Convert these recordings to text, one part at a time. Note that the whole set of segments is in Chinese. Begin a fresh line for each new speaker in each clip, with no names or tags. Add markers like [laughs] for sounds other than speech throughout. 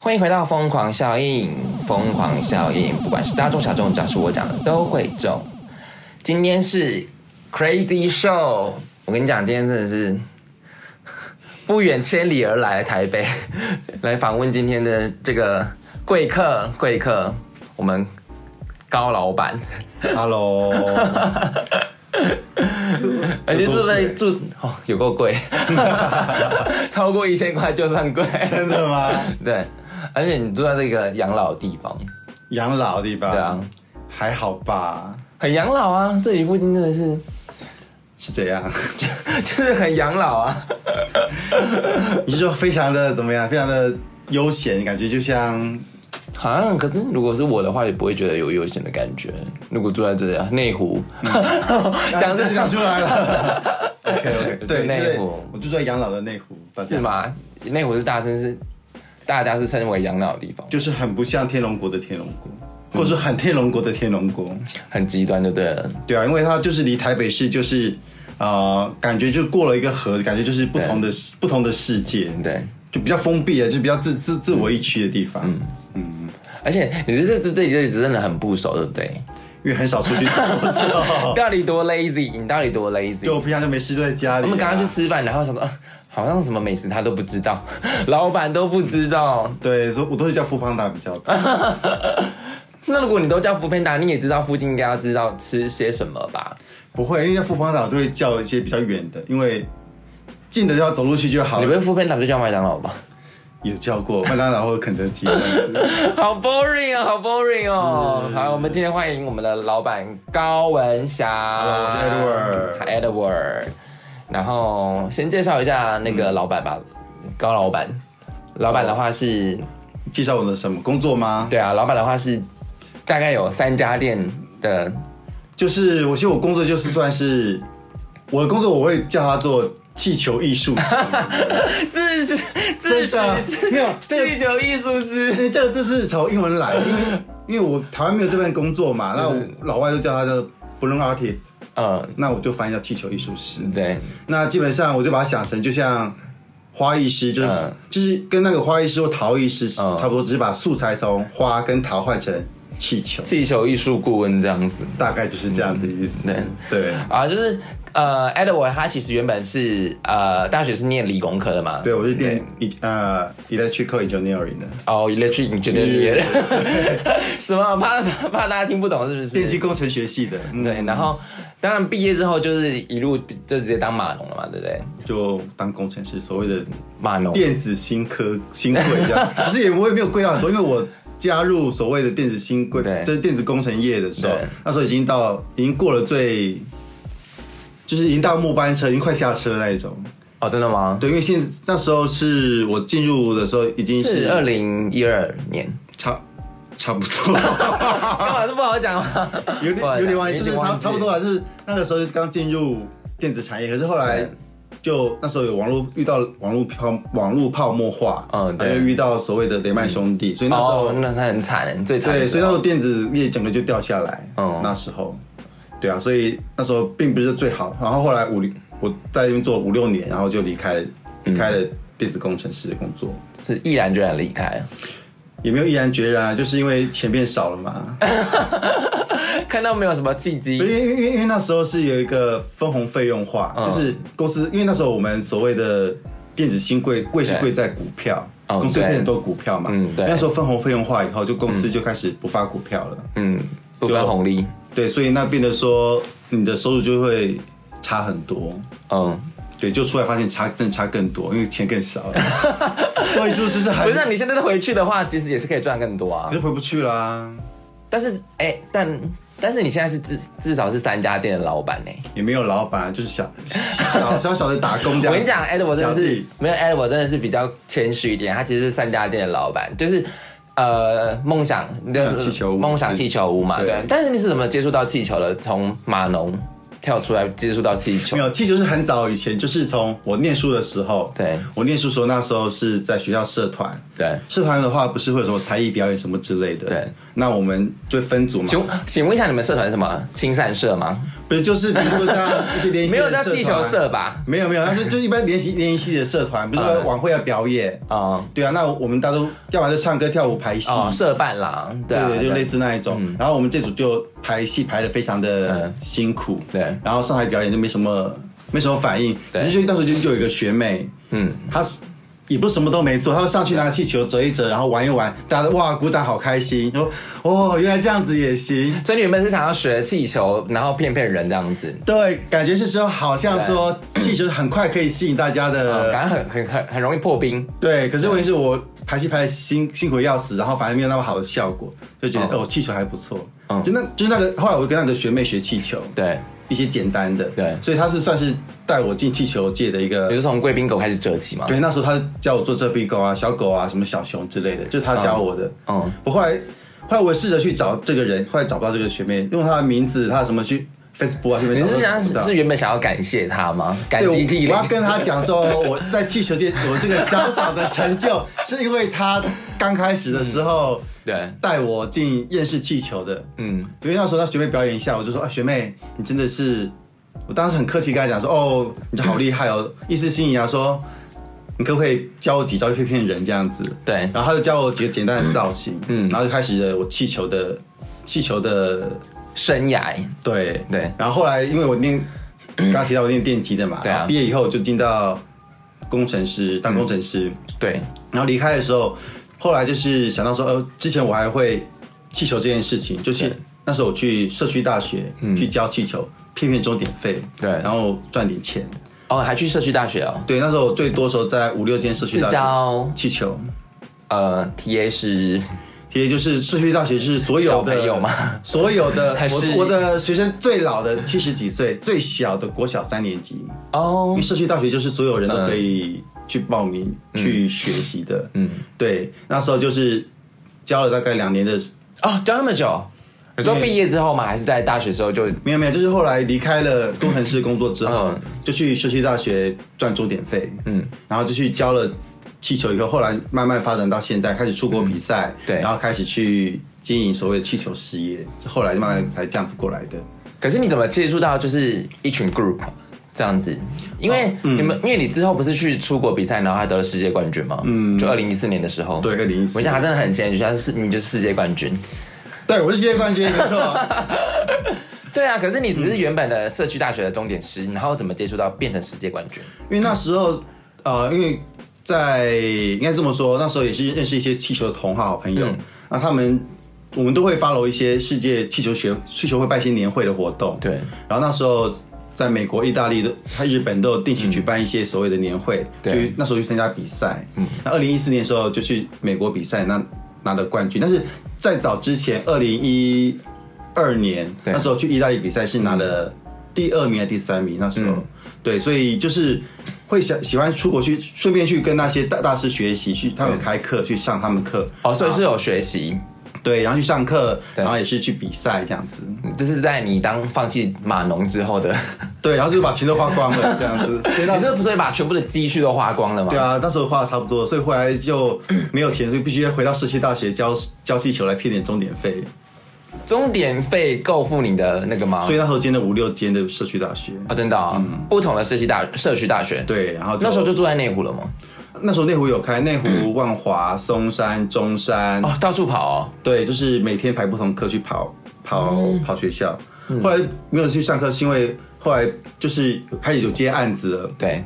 欢迎回到《疯狂效应》，疯狂效应，不管是大众小众，只要是我讲的都会中。今天是 Crazy Show，我跟你讲，今天真的是 [laughs] 不远千里而来台北， [laughs] 来访问今天的这个贵客，贵客，我们高老板， [laughs]
Hello，
而且住在
贵
住哦，有够贵， [laughs] 超过一千块就算贵，
真的吗？
对，而且你住在这个养老地方，
养老的地方，
对啊，
还好吧？
很养老啊，这里附近真的是。
是怎样？
[laughs] 就是很养老啊，
你是说非常的怎么样？非常的悠闲，感觉就像
好像可是如果是我的话，也不会觉得有悠闲的感觉。如果住在这里啊，内湖， [laughs] 讲
啊这
真
就讲出来了。
[laughs]
OK OK，对，
内
就是
湖
我就在养老的内湖，大家
是？吗？内湖是大城市，大家是称为养老的地方，
就是很不像天龙国的天龙国，
嗯
或者说很天龙国的天龙国。
很极端就对了。
对啊，因为它就是离台北市就是。呃，感觉就过了一个河，感觉就是不同的不同的世界，
对，
就比较封闭啊，就比较自自自我一区的地方。
嗯而且你这这这里这里真的很不熟，对不对？
因为很少出去工
你
作，
到底多 lazy？你到底多 lazy？
就我平常就没事都在家里、啊。
我们刚刚去吃饭，然后想说，啊好像什么美食他都不知道， [laughs] 老板都不知道。
对，所以我都是叫富胖达比较多。
那如果你都叫福佩达，你也知道附近应该要知道吃些什么吧？
不会，因为叫富胖达我就会叫一些比较远的，因为近的就要走路去就好
你
了。
们福佩达就叫麦当劳吧？
有叫过麦当劳或肯德基这样子
好 boring 哦，好 boring 哦。好，我们今天欢迎我们的老板高文霞
Hello，我是 Edward
他 Edward。然后先介绍一下那个老板吧，高老板。老板的话是，
介绍我的什么工作吗？
对啊，老板的话是大概有三家店的，
就是我其实我工作就是算是我的工作，我会叫他做气球艺术家，
自是自
真
是
的没有这个
地球艺术之
这个这是从英文来，因为因为我台湾没有这份工作嘛，那我老外都叫他叫 balloon artist，
嗯，
那我就翻译叫气球艺术师。
对，
那基本上我就把它想成就像花艺师，就是、
嗯
就是跟那个花艺师或陶艺师
嗯
差不多，只是把素材从花跟陶换成气球，
地球艺术顾问这样子。
大概就是这样子的意思。
嗯
[laughs] 对
啊，就是呃，Edward 他其实原本是呃大学是念理工科的嘛，
对，我是电
嗯
呃 electrical engineering 的
哦、e l e c t r i c engineer，什 [laughs] 么怕怕怕大家听不懂是不
电
是？
机工程学系的，嗯、
对，然后当然毕业之后就是一路就直接当码农了嘛，对不对？
就当工程师，所谓的
码农，
电子新科新贵
[laughs]
这样，可是也我也没有贵到很多，因为我。加入所谓的电子新贵
对，
就是电子工程业的时候
对，
那时候已经到已经过了最，就是已经到末班车，已经快下车那一种。
哦，真的吗？
对，因为现那时候是我进入的时候已经
是二
是
零一二
[laughs]
年，
差差不
[laughs]
多，
干嘛是不好讲吗？
有
不好讲
点有点忘记，
有点
就是
忘
差
记
差不多了，就是那个时候就刚进入电子产业，可是后来
对
就那时候有网络遇到网络泡网络泡沫化，
嗯对
然后又遇到所谓的雷曼兄弟，所以那时候、
哦，那他很惨，最惨的
对，
时
所以那时
候。
候电子业整个就掉下来，
嗯
那时候，对啊，所以那时候并不是最好，然后后来五我在那边做五六年，然后就离开了离开了电子工程师的工作。
是毅然决然离开， [laughs]
也没有毅然决然啊，就是因为钱变少了
[laughs]
嘛。
看到没有什么契
因
机，
为因为因为那时候是有一个分红费用化，
嗯
就是公司，因为那时候我们所谓的电子新贵贵是贵在股票，
哦
公司有
对
很多股票嘛。
嗯对
那时候分红费用化以后，就公司就开始不发股票了。
嗯，不分
就
红利，
对，所以那变得说你的收入就会差很多。
嗯，
对，就出来发现差真的差更多，因为钱
[laughs]
更少了。所以是不是是还
不是、啊、你现在回去的话，其实也是可以赚更多啊
可。是回不去啦，
但是哎、但但是你现在是至至少是三家店的老板呢、
也没有老板啊，就是小
[laughs]
小小小的打工这样。
我跟你讲，Edward 真的
小
是
弟
没有 Edward 真的是比较谦虚一点，他其实是三家店的老板，就是。呃，梦想
梦想气球屋
梦想气球屋嘛，
对
对。但是你是怎么接触到气球的？从码农跳出来接触到气球
没，有，气球是很早以前，就是从我念书的时候。
对
我念书的时候，那时候是在学校社团。
对。
社团的话，不是会有什么才艺表演什么之类的。
对。
那我们就分组嘛。
请问请问一下，你们社团是什么？青善社吗？
不是就是比如说像一些联谊系
[laughs] 没
的
有叫
社
气球
团
社吧？
没有没有，但是就一般联系联谊系的社团，不是说晚会要表演，
啊、
对啊，那我们大家都要么就唱歌跳舞排戏，
哦，社办啦，对啊，
对，就类
似
似那一种。然后我们这组就排戏排的非常的
嗯
辛苦，
对
然后上台表演就没什么没什么反应，
对
可是就当时就就有一个学妹，
嗯，
她是。也不是什么都没做，她就上去拿个气球折一折，然后玩一玩，大家哇鼓掌好开心，说哦原来这样子也行，
所以你们是想要学气球，然后骗骗人这样子，
对，感觉是说好像说气球很快可以吸引大家
嗯，
的，
感觉很很很很容易破冰。
对，可是问题是我排戏排的辛辛苦得要死，然后反而没有那么好的效果，就觉得
嗯
哦气球还不错，
嗯
就那就是那个后来我跟那个学妹学气球，
对，
一些简单的，
对
所以她是算是带我进气球界的一
你
个。
是从贵宾狗开始折起吗？
呃对，那时候她教我做这壁狗啊、小狗啊、什么小熊之类的，就是她教我的。
嗯，
我后来后来我试着去找这个人，后来找不到这个学妹，用她的名字，她什么去 Facebook 啊，去
你
面
是想
找不到
是。原本想要感谢他吗？感激涕
对
零
我我。要跟她讲说，我在气球界我这个小小的成就，是因为她刚开始的时候
对，
带我进认识气球的。
嗯，
因为那时候她学妹表演一下，我就说啊，学妹，你真的是，我当时很客气跟她讲说，哦，你好厉害哦，意思心里啊说，你可不可以教我几招去骗人这样子？
对，
然后她就教我几个简单的造型，
嗯
嗯，然后就开始了我气球的气球的
生涯，
对
对，
然后后来因为
[clears throat]
我念刚刚提到我念电机的嘛，
对啊
然后毕业以后就进到工程师当工程师，
对，
然后离开的时候，后来就是想到说，呃，之前我还会气球这件事情，就是
对嗯
那时候我去社区大学、去教气球，骗骗钟点费，
对
然后赚点钱。
哦，还去社区大学哦，
对，那时候我最多时候在五六间社区
是
大学
教
气球，
呃 TA 是
其实就是社区大学是所有
小
的
朋友吗
所有的
[laughs] 还是
我我的学生最老的七十几岁，最小的国小三年级。因
哦
为，社区大学就是所有人都
嗯
可以去报名、去学习的。嗯，对，那时候就是教了大概两年的，
哦，教那么久，你说
因为
毕业之后吗？还是在大学时候就
没有没有，就是后来离开了工程师工作之后，
嗯
就去社区大学赚钟点费。嗯，然后就去教了气球以后，后来慢慢发展到现在，开始出国比赛，
嗯对
然后开始去经营所谓的气球事业，后来慢慢才这样子过来的。
可是你怎么接触到就是一群 group 啊这样子？因
哦
为
嗯
你们，因为你之后不是去出国比赛，然后还得了世界冠军吗？嗯，就二零一四年的时候。
对，，二零一
我
四，
讲他真的很谦虚，他是你就是世界冠军。
对我是世界冠军，没错。
对啊，可是你只是原本的社区大学的终点师，
嗯
然后怎么接触到变成世界冠军？
因为那时候，呃，因为在应该这么说，那时候也是认识一些气球的同好好朋友，那他们我们都会 follow 一些世界气球学气球会办一些年会的活动，
对，
然后那时候在美国、意大利的、还有日本都有定期举办一些所谓的年会，
嗯对
就是那时候去参加比赛。嗯，那二零一四年的时候就去美国比赛，那拿了冠军。但是在早之前，二零一二年
对
那时候去意大利比赛是拿了第二名还是第三名，那时候、
嗯
对，所以就是。会想喜欢出国去，顺便去跟那些大大师学习，去他们开课，去上他们课，
哦，所以是有学习，
对，然后去上课，
对
然后也是去比赛这样子，
这是在你当放弃码农之后的，
对，然后就把钱都花光了这样子，所以那
你是不是把全部的积蓄都花光了吗？
对啊，那时候花的差不多，所以后
[coughs]
来就没有钱，所以必须要回到社区大学教教气球来骗点钟点费。
嗯终点费够付你的那个吗？
所以那嗯时候兼了五六间的社区大学。
啊、真的、哦，不同的社区大社区大学，
对，然后
那时候就住在内湖了吗？
那时候内湖
[coughs]
有开，内湖、万华、松山、中山，
哦，到处跑哦。
对，就是每天排不同课去跑跑、
嗯
跑学校。后来没有去上课，是因为后来就是开始有接案子了，
对，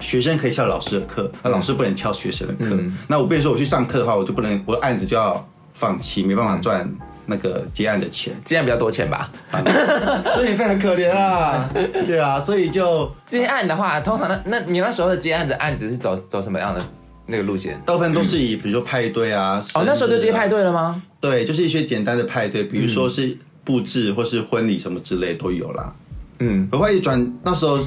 学生可以翘老师的课，
嗯
那老师不能翘学生的课。那我变成说我去上课的话，我就不能我的案子就要放弃，没办
嗯
法赚那个接案的钱。
今天比较多钱吧。
[laughs] 所以你费很可
[laughs]
怜啊，对啊，所以就
接案的话，通常那那你那时候的接案的案子是走走什么样的那个路线？
大部分都是以比如说派对啊，
哦，那时候就接派嗯
对，
对了吗？
对，就是一些简单的派对，比如说是布置或是婚礼什么之类都有啦。
嗯，
我后来一转，那时候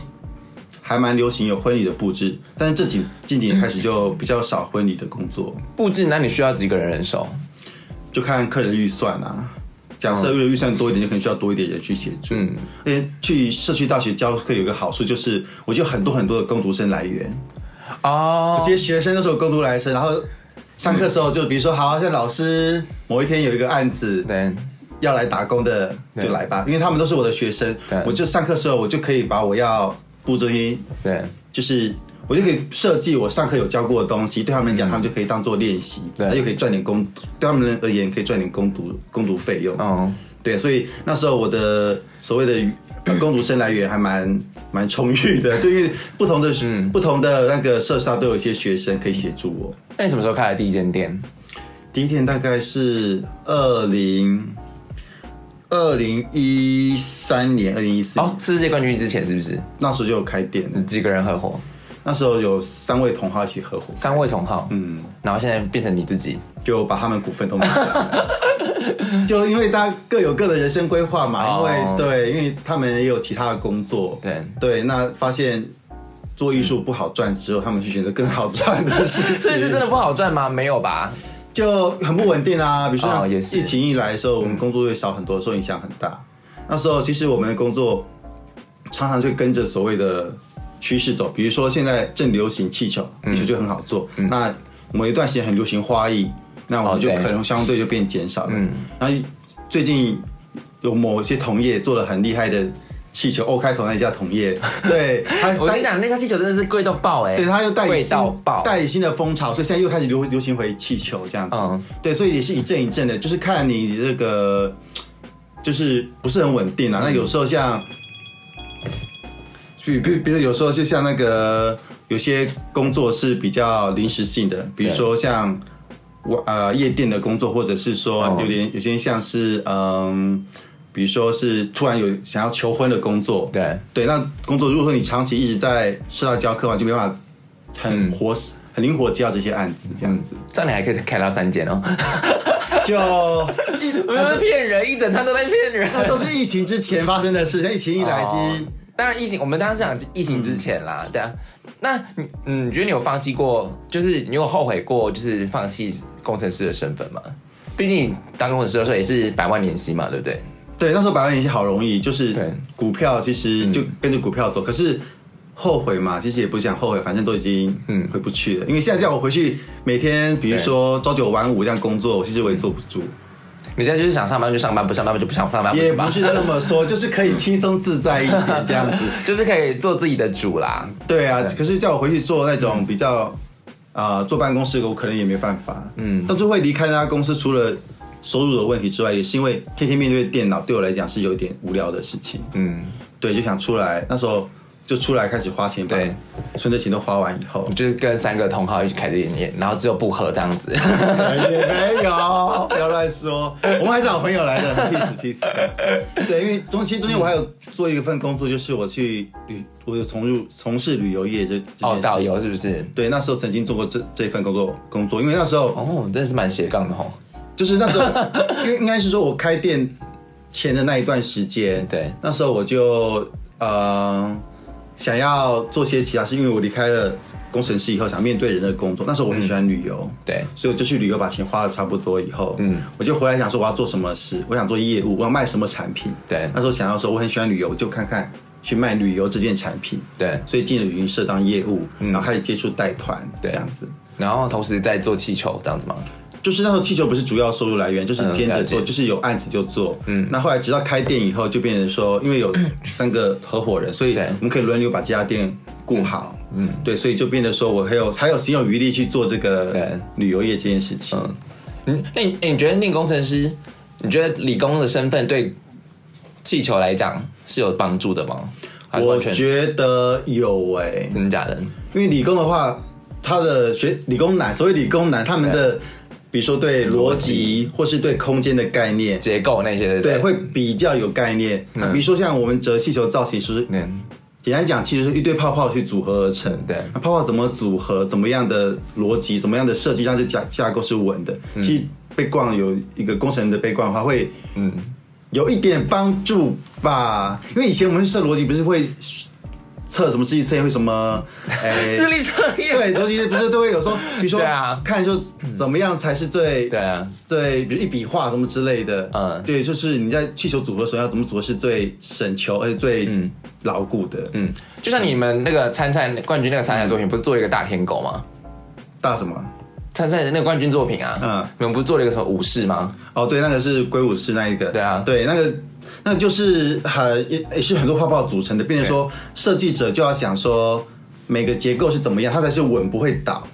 还蛮流行有婚礼的布置，但是这几近几年开始就比较少婚礼的工作，
布置那你需要几个人人手？
就看客人预算啊。假设如果预算多一点，就可能需要多一点人去协助。嗯，而且去社区大学教课有一个好处就是，我就很多很多的工读生来源。
哦，
接学生的时候共读来啊生，然后上课的时候就比如说，好，像老师某一天有一个案子，
对，
要来打工的就来吧，因为他们都是我的学生
对，
我就上课的时候我就可以把我要布置音，
对
就是我就可以设计我上课有教过的东西，对他们讲，他们就可以当做练习，
对
那就可以赚点工，对他们而言可以赚点工读工读费用。
哦，
对，所以那时候我的所谓的、呃、工读生来源还蛮蛮充裕的，就因为不同的、
嗯
不同的那个社校都有一些学生可以协助我。
那你什么时候开的第一间店？
第一天大概是二零二零一三年、二零一四
哦，世界冠军之前是不是？
那时候就有开店了，
几个人合伙？
那时候有三位同行一起合伙，
三位同好，
嗯，
然后现在变成你自己，
就把他们股份都买下
[laughs]
来。就因为大家各有各的人生规划嘛，因为、
哦
对，因为他们也有其他的工作，
对，
对，那发现做艺术不好赚之后，他们去选择更好赚的事
[laughs] 这是
情，
真的不好赚吗？没有吧？
就很不稳定啊。比如说
哦
像
也是
疫情一来的时候，我们工作会少很多，受影响很大。那时候其实我们的工作常常就跟着所谓的趋势走，比如说现在正流行气球，
嗯
气球就很好做。那某一段时间很流行花艺，那我
哦
们就
对
可能相对就变减少了。
嗯
然后最近有某些同业做了很厉害的气球，O 开头那一家同业，
[laughs]
对他
我
他
跟你讲，那家气球真的是贵到爆哎、
对，他又带领
贵
新
到爆，
带领新的风潮，所以现在又开始流流行回气球这样子。
嗯
对，所以也是一阵一阵的，就是看你这个就是不是很稳定啊。那有时候像，比比比如有时候就像那个有些工作是比较临时性的，比如说像。我呃，夜店的工作，或者是说
哦
有点有些像是嗯，比如说是突然有想要求婚的工作，
对，
对，那工作如果说你长期一直在师大教课的话，就没办法很活、很灵活接到这些案子，这样子
这样你还可以开到三间哦，
就
我们是骗人，一整串都在骗人。
[laughs] 那都是疫情之前发生的事。情。疫情一来，其实、
哦当然疫情，我们当时讲疫情之前啦，对啊。那你嗯，你觉得你有放弃过，就是你有后悔过，就是放弃工程师的身份吗？毕竟你当工程师的时候也是百万年薪嘛，对不对？
对那时候百万年薪好容易，就是
对嗯
股票其实就跟着股票走，可是。后悔嘛，其实也不想后悔，反正都已经
嗯
回不去了。因为现在叫我回去，每天比如说朝九晚五这样工作，我其实我也坐不住。
你现在就是想上班就上班，不上班就啊不想上班，
也
是
不
吧？
是这么说，就是可以轻松自在一点这样子。
就是可以做自己的主啦。
对啊，可是叫我回去做那种比较啊、呃坐办公室的，我可能也没办法。嗯，但最后会离开那家公司，除了收入的问题之外，也是因为天天面对电脑，对我来讲是有一点无聊的事情。
嗯，
对，就想出来，那时候就出来开始花钱，
对，，
存的钱都花完以
[laughs]
后
就是跟三个同好一起开着眼店，然后只有不合这样
[laughs]
子。
也没有，不要乱说。我们还是好朋友来的，peace [laughs] peace。对，因为中期中间我还有做一份工作，就是我去旅，我有从入从事旅游业这这
[laughs]
件
哦，
事
导游是不是？
对，那时候曾经做过这这份工作工作，因为那时候
哦，真的是蛮斜杠的哦。
就是那时候，因为应该是说我开店前的那一段时间，
对，
那时候我就呃想要做些其他事，因为我离开了工程师以后，想面对人的工作。那时候我很喜欢旅游，
对，
所以我就去旅游，把钱花的差不多以后，嗯，我就回来想说我要做什么事，我想做业务，我要卖什么产品。
对，
那时候想要说我很喜欢旅游，我就看看去卖旅游这件产品。
对。
所以进了旅行社当业务，然后开始接触带团这
嗯对
样子。
然后同时在做气球这样子吗？
就是那时候气球不是主要收入来源，就是兼
嗯了
着
解
做，就是有案子就做。嗯，那后来直到开店以后，就变成说，因为有三个合伙人，所以
对
我们可以轮流把这家店顾好。嗯，对，所以就变得说我还有还有行有余力去做这
对
个旅游业这件事情。
嗯，那你你觉得念工程师，你觉得理工的身份对气球来讲是有帮助的吗？还是
我
完全
觉得有哎、
真的假的？
因为理工的话，他的学理工男，所谓理工男，他们的比如说对逻辑或是对空间的概念，
结构那些对不
对会比较有概念。那比如说像我们折气球造型师，
嗯，
简单讲，其实是一堆泡泡去组合而成。
对
那泡泡怎么组合，怎么样的逻辑，怎么样的设计，让这架架构是稳的。
嗯
其实背逛有一个工程的背逛的话，会嗯有一点帮助吧。因为以前我们设逻辑不是会测什么智力测验，会
[laughs]
什么哎。
智力测验，
对，逻辑不是都会有说，比如说
对啊
看就怎么样才是最
对啊，
最，比如一笔画什么之类的，
嗯
对，就是你在气球组合的时候要怎么组合是最省球而且最牢固的，
嗯，就像你们那个参赛冠军那个参赛作品，不是做一个大天狗吗？
大什么？
参赛的那个冠军作品啊，
嗯，
你们不是做了一个什么武士吗？
哦，对，那个是鬼武士那一个，
对啊
对，那个那就是很也也是很多泡泡组成的，变成说设计者就要想说每个结构是怎么样，它才是稳不会倒。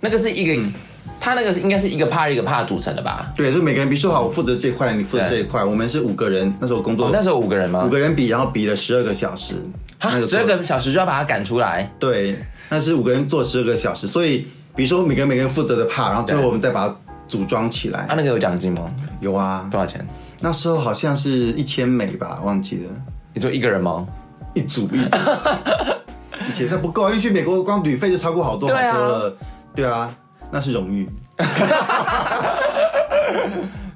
那个是一
嗯
个，他那个是应该是一个帕一个帕组成的吧？
对，就每个人，比如说好，我负责这块，你负责这一块，我们是五个人，那时候工
哦
作、
那时候五个人吗
五？个人比，然后比了十二个小时，
哈，
那
十
时
二
候
个小时就要把它赶出来，
对，那是五个人做十二个小时，所以比如说每个人每个人负责的 part，然后最后我们再把它组装起来。
啊，那个有奖金吗？
有啊，
多少钱？
那时候好像是一千美吧，忘记了，
你说一个人吗？
一组一
[laughs]
组，一千那不够啊，因为去美国光旅费就超过好多好
对啊
多了，对啊，那是荣
[laughs]
誉。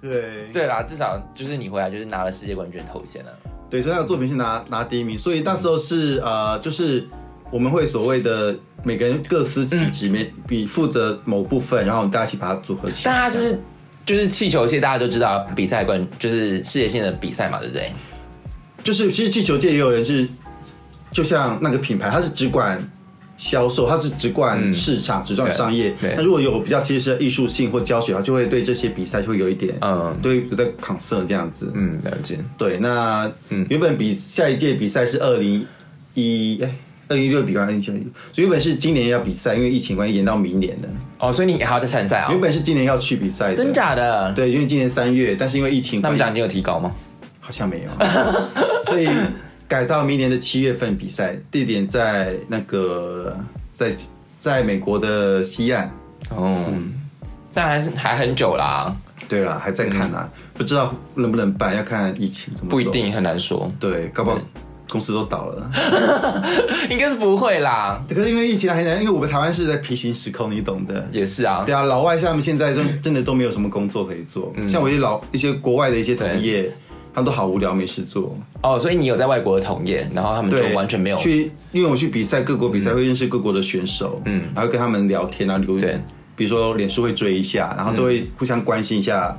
对
对啦，至少就是你回来就是拿了世界冠军头衔了。啊
对，所以他的作品是拿拿第一名，所以那时候是呃，就是我们会所谓的每个人各司其
嗯
职，每比负责某部分，然后我们大家一起把它组合起来。
大家就是就是气球界大家都知道比赛冠就是世界性的比赛嘛，对不对？
就是其实气球界也有人是，就像那个品牌，它是只管销售，它是只管市场，只管商业。
嗯对
那如果有比较其实是艺术性或教学，它就会对这些比赛就会有一点，
嗯
对，有在 concern 这样子。
嗯，了解。
对，那
嗯
原本比下一届比赛是二零一哎。二零一六比完二零一九，所以原本是今年要比赛，因为疫情关系延到明年的。
哦，所以你还要再参赛啊
原？本是今年要去比赛的，
真？假的？
对，因为今年三月，但是因为疫情
那
关
么
系，
奖金有提高吗？
好像没有， [laughs] 所以改到明年的七月份比赛，地点在那个在在美国的西岸。
哦，但还是还很久啦，
对了，还在看啊，不知道能不能办，要看疫情怎么。
嗯不一。定很难说，
对，搞不好公司都倒了。
[laughs] 应该是不会啦。
可是因为疫情还难，因为我们台湾是在平行时空，你懂的。
也是啊，
对啊，老外像他们现
[laughs]
在真真的都没有什么工作可以做，
嗯
像我一些老一些国外的一些同业，他们都好无聊，没事做。
哦，所以你有在外国的同业，然后他们
对，
就完全没有。
去，因为我去比赛，各国比赛会认识各国的选手，嗯，然后跟他们聊天啊，留
对，
比如说脸书会追一下，然后都会互相关心一下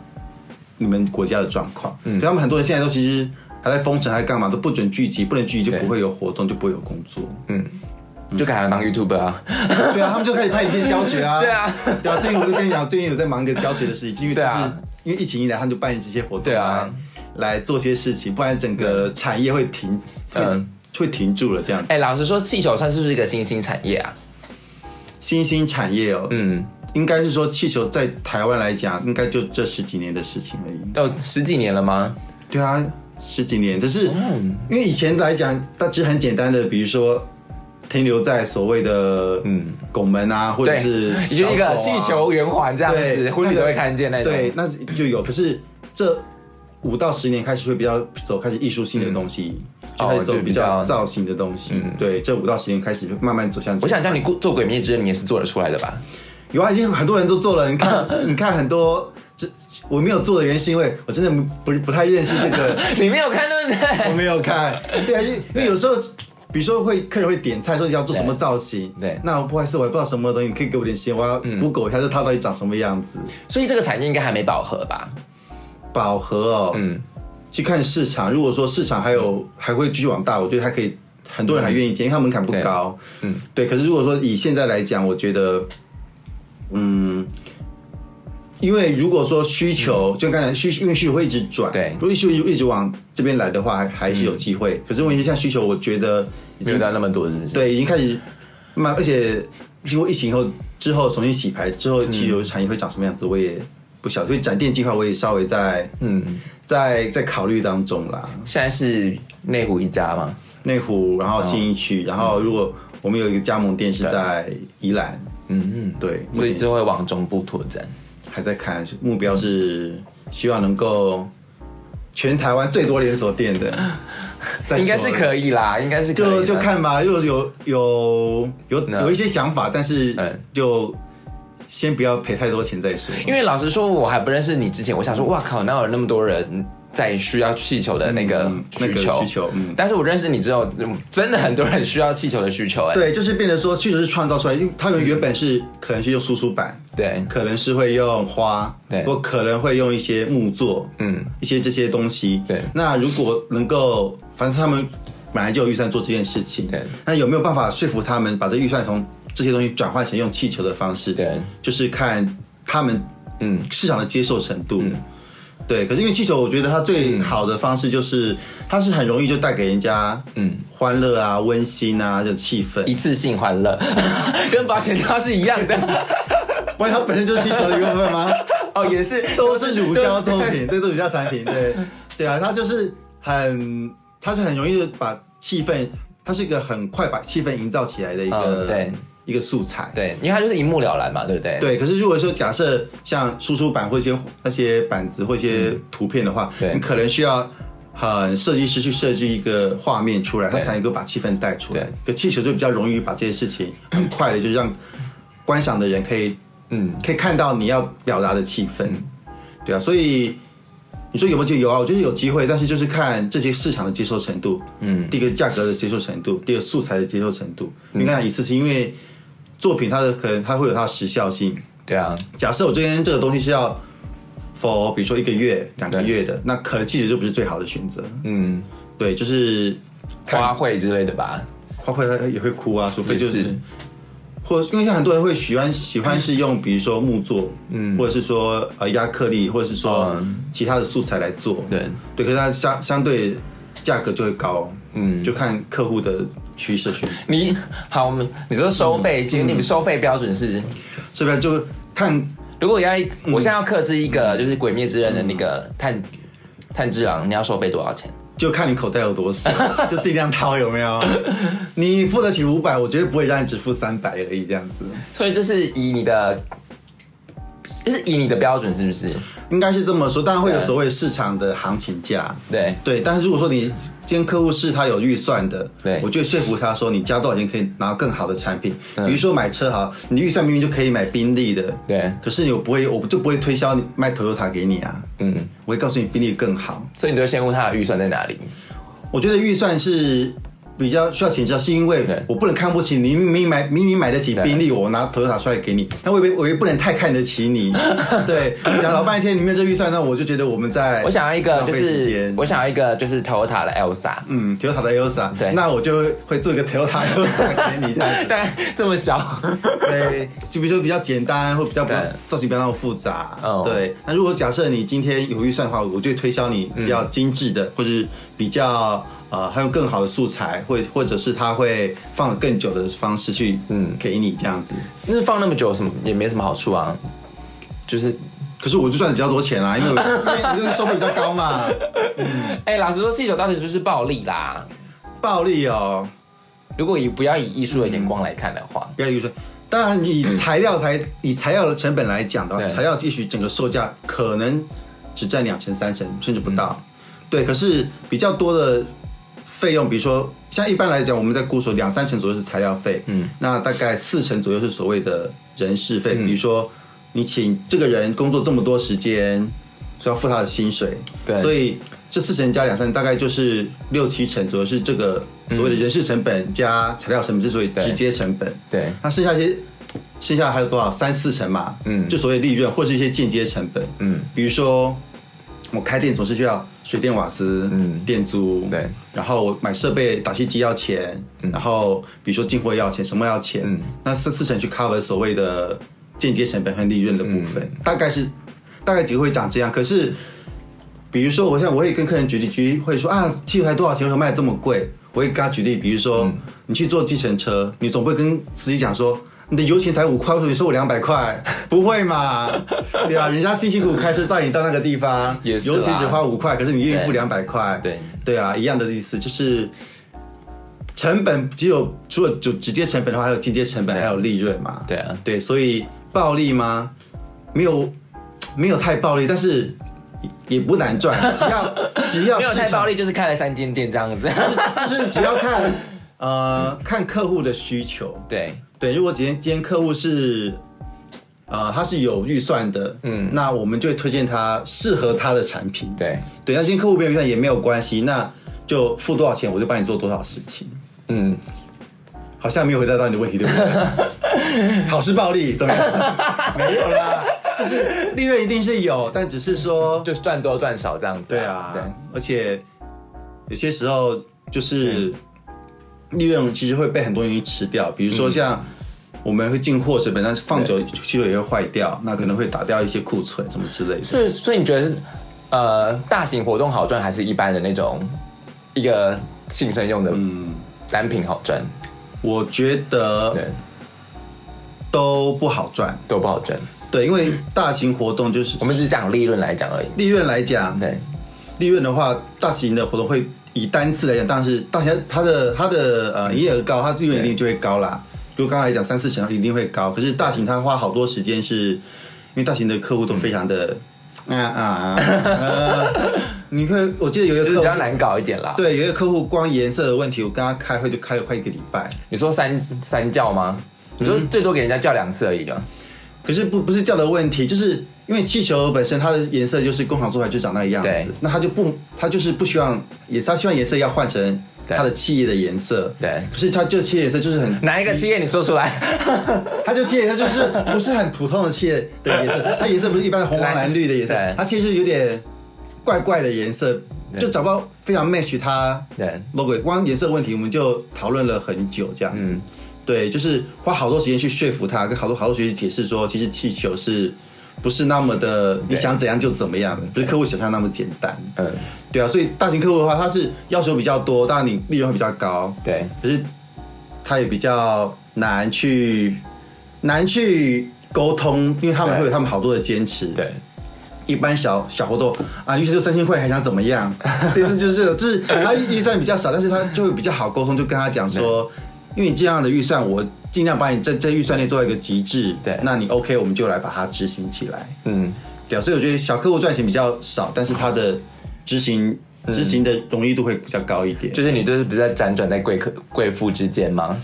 你们国家的状况。嗯，所以他们很多人现在都其实还在封城，还干嘛都不准聚集，不能聚集就
对
不会有活动，就不会有工
[laughs]
作。
就改行当 YouTuber 啊。
对啊，他们就开始拍影片教学啊。
对啊，
对啊，最近我就跟你讲，最近有在忙一个教学的事情，因为就
对
是、
啊
因为疫情一来，他们就办这些活动
对啊
来来做些事情，不然整个产业会停，会
嗯
会停住了这样子。
[laughs] 哎、老实说，气球算是不是一个新兴产业啊？
新兴产业哦，
嗯，
应该是说气球在台湾来讲，应该就这十几年的事情而已。
要十几年了吗？
对啊，十几年，只是
哦
因为以前来讲，它只是很简单的，比如说停留在所谓的嗯拱门啊，或者
对，
是
你 [laughs] 就一
小
个
狗啊
气球圆环这样
对
子，婚礼
那个
都会看见那种。
对，那就有。可是这五到十年开始会比较走开始艺术性的东西，就开始走
哦就
比
比较嗯
较造型的东西。对，这五到十年开始就慢慢走向这个。
我想叫你过做鬼灭之刃，你也是做得出来的吧？ [laughs]
有啊，已经很多人都做了。你看，你看很多这我没有做的原因是因为我真的不不太认识这个，
你没有看对不对？ [laughs]
我没有看。对啊，因为因为有时候。比如说会客人会点菜说你要做什么造型，
对对
那不好意思我也不知道什么东西，你可以给我点时间，我要 Google 一下，这它到底长什么样子。
所以这个产业应该还没饱和吧？
饱和哦，
嗯，
去看市场。如果说市场还有还会继续往大，我觉得还可以，很多人还愿意接，因为它门槛不高。嗯，对。可是如果说以现在来讲，我觉得，嗯，因为如果说需求，就刚才需，因为需求会一直转，
对
如果需求一直往这边来的话，还还是有机会。可是问题像需求，我觉得已
没有
经
到那么多，是不是？
对已经开始慢慢，而且经过疫情后之后重新洗牌之后，汽油产业会长什么样子，我也不晓得。所以展店计划我也稍微在
嗯，
在在考虑当中啦。
现在是内湖一家嘛，
内湖，然后新一
哦
区，然后如果我们有一个加盟店是在宜兰，
嗯
对，
嗯，
目
所以
前
之后会往中部拓展。
还在看，目标是希望能够全台湾最多连锁店的，再说
应该是可以啦，应该是可以
就
啦
就看吧，又有有有
那
有一些想法，但是
嗯
就先不要赔太多钱再说。
因为老实说，我还不认识你之前，我想说，哇靠，哪有那么多人在需要气球的那个
嗯那
需
个
求？
需求嗯
但是我认识你之后，嗯真的很多人需要气球的需求、哎，
对，就是变成说，确实是创造出来，因为他们原本是可能是用输出板，
对
可能是会用花，
嗯对
或可能会用一些木作，
嗯，
一些这些东西，
对
那如果能够，反正他们本来就有预算做这件事情，
对。
那有没有办法说服他们把这预算从这些东西转换成用气球的方式？
对，
就是看他们
嗯，
市场的接受程度。对，可是因为气球，我觉得它最
嗯
好的方式就是，它是很容易就带给人家
嗯
嗯欢乐啊、温馨啊这气氛。
一次性欢乐， [laughs] 跟保险套是一样的。 [laughs]
不然它本身就是气球的一部分吗？
哦，也是，
都是乳胶作品，对，都是乳胶产
[laughs]
品，对，对啊，它就是很，它是很容易就把气氛，它是一个很快把气氛营造起来的一个、
嗯对
一个素材。
对，因为它就是一目了然嘛，对不对？
对，可是如果说假设像输出版或一些那些板子或一些图片的话，
对
你可能需要很设计师去设计一个画面出来，它
对
才能够把气氛带出来
对。
可气球就比较容易把这些事情很快的就让观赏的人可以
嗯，
可以看到你要表达的气氛，对啊，所以你说有没有机会？有啊，我觉得有机会，但是就是看这些市场的接受程度，
嗯，
第一个价格的接受程度，第二个素材的接受程度。你看一次是因为作品它的可能它会有它的时效性，
对啊，
假设我今天这个东西是要 for 比如说一个月、两个月的，那可能记者就不是最好的选择，
嗯，
对，就是看
花卉之类的吧，
花卉它也会哭啊，除非就
也
是
是，
或因为像很多人会喜欢喜欢是用比如说木作，嗯，或者是说呃亚克力，或者是说
嗯
其他的素材来做，
对，
对，可是它相相对价格就会高，
嗯，
就看客户的趋势选择，
你好，我们你说收费，其实你们收费标准是，
是不是？就看
如果要我现在要克制一个就是《鬼灭之刃》的那个炭炭治郎，你要收费多少钱？
就看你口袋有多少，就尽量掏有没
[laughs]
有？你付得起五百，我绝对不会让你只付三百而已这样子。
所以就是以你的，就是以你的标准是不是？
应该是这么说，当然会有
对
所谓市场的行情价，
对，
对，但是如果说你今天客户是他有预算的，
对
我就会说服他说你加多少钱可以拿到更好的产品，
嗯
比如说买车哈，你预算明明就可以买宾利的，
对，
可是你我不会，我就不会推销你卖 Toyota 给你啊，
嗯，
我会告诉你宾利更好。
所以你都先问他的预算在哪里？
我觉得预算是比较需要请教，是因
对
为我不能看不起你，明明买明明买得起宾利，我拿 Toyota 出来给你，那我也我也不能太看得
[laughs]
起你，对，讲老半天你没有这预算，那我就觉得我们在
我想要一个就
浪费时
是
间
我想要一个就是 Toyota 的
[laughs]
Elsa，
嗯，Toyota 的 Elsa，
对
那我就会做一个 Toyota Elsa 给你这样子，
大概这么小，
[laughs] 对，就比如说比较简单，或比较不
对
造型不要那么复杂
哦，
对。那如果假设你今天有预算的话，我就会推销你比较精致的，或者是比较呃，还有更好的素材，或或者是它会放得更久的方式去
嗯
嗯给你这样子。
那放那么久有什么也没什么好处啊，
[laughs]
就是
可是我就赚的比较多钱啊啦，因为我
[laughs]
因为因为收费比较高嘛，
哎、老实说，气球到底是不是暴力啦？
暴利哦。
如果以不要以艺术的眼光来看的话，
不要预算。当然，以材料才以材料的成本来讲的话，
对
材料也许整个售价可能只占两成、三成，甚至不到。
嗯
对，可是比较多的费用，比如说像一般来讲，我们在估说两三成左右是材料费，
嗯，
那大概四成左右是所谓的人事费，比如说你请这个人工作这么多时间，所以要付他的薪水，
对
所以这四成加两三，大概就是六七成左右是这个所谓的人事成本加材料成本，之所以
嗯对
直接成本。
对，
那剩下一些，剩下还有多少？三四成嘛，
嗯
就所谓利润或是一些间接成本，
嗯，
比如说我开店总是需要水电瓦斯，
嗯
店租，
对，
然后我买设备打气机要钱，然后比如说进货要钱，什么要钱，
嗯
那四四成去 cover 所谓的间接成本和利润的部
嗯
分，大概是大概几个会长这样，可是。比如说，我像我会跟客人举例，举例会说啊，汽油才多少钱，为什么卖得这么贵？我会给他举例，比如说、
嗯
你去坐计程车，你总不会跟司机讲说你的油钱才五块，为什么你收我两百
[laughs]
块？不会嘛？对啊，人家辛辛苦苦开车载你到那个地方，
也是啦
油钱只花五块，可是你愿意付
对
两百块，
对
对啊，一样的意思，就是成本只有除了就直接成本的话，还有间接成本，还有利润嘛。
对啊，
对，所以暴利吗？没有，没有太暴利，但是也也不难
[laughs]
赚，只要只要
没有
市
太
场
暴力，就是开了三间店这样子。
就是就是只要看呃看客户的需求。
[laughs] 对，
对，如果今天今天客户是呃他是有预算的，嗯，那我们就会推荐他适合他的产品。
对，
对，那今天客户没有预算也没有关系，那就付多少钱我就帮你做多少事情。
嗯，
好像没有回答到你的问题，对不对？ [laughs] 好事暴利怎么样？ [laughs] 没有啦，就是利润一定是有，但只是说，
就是赚多赚少这样子。
对啊，而且有些时嗯候就是利润其实会被很多东西吃掉，比如说像我们会进货成本，但是放久气球也会坏掉，那可能会打掉一些库存什么之类的。
所以所以你觉得是呃大型活动好赚，还是一般的那种一个庆生用的
嗯，
单品好赚？
我觉得
对，
都不好赚，
都不好赚。
对，因为大型活动就是
我们只是讲利润来讲而已。
利润来讲，
对，
利润的话，大型的活动会以单次来讲，当然是大家它的它的呃营业额高，它利润一定就会高啦。如果刚才来讲三四成一定会高，可是大型它花好多时间是，因为大型的客户都非常的，啊啊啊，啊你会我记得有一
就是比
个客
较
户，
难搞一点啦。
对，有一个客户光颜色的问题，我跟他开会就开了快一个礼拜，
你说三三叫吗？
嗯
你说最多给人家叫两次而已嘛。
可是不不是叫的问题，就是因为气球本身它的颜色就是工厂做出来就长那个样
对
子，那它就不它就是不希望也它希望颜色要换成
对
它的企业的颜色，
对，
可是它这企业颜色就是很
哪一个企业你说出来？
它就企业颜色就是不是很普通的企业的颜色，它颜色不是一般的红黄蓝绿的颜色
对，
它其实有点怪怪的颜色，就找不到非常 match 它
对，
logo。光颜色问题我们就讨论了很久这样子，
嗯
对，就是花好多时间去说服他，跟好多好多学习解释说，其实气球是不是那么的你想怎样就怎么样的，不是客户想象那么简单。
嗯，
对啊，所以大型客户的话，他是要求比较多，当然你利润会比较高，
对，
可是他也比较难去难去沟通，因为他们会有他们好多的坚持。
对，
一般小小活动啊，预算就三千块，还想怎么样？ [laughs] 类似就是这种，就是他预算比较少，但是他就会比较好沟通，就跟他讲说，因为你这样的预算，我尽量把你这这预算内做到一个极致。
对
那你 OK，我们就来把它执行起来。
嗯，
对啊，所以我觉得小客户赚钱比较少，但是他的执行执行的容易度会比较高一点。
嗯就是你就是不是在辗转在贵客贵妇之间吗？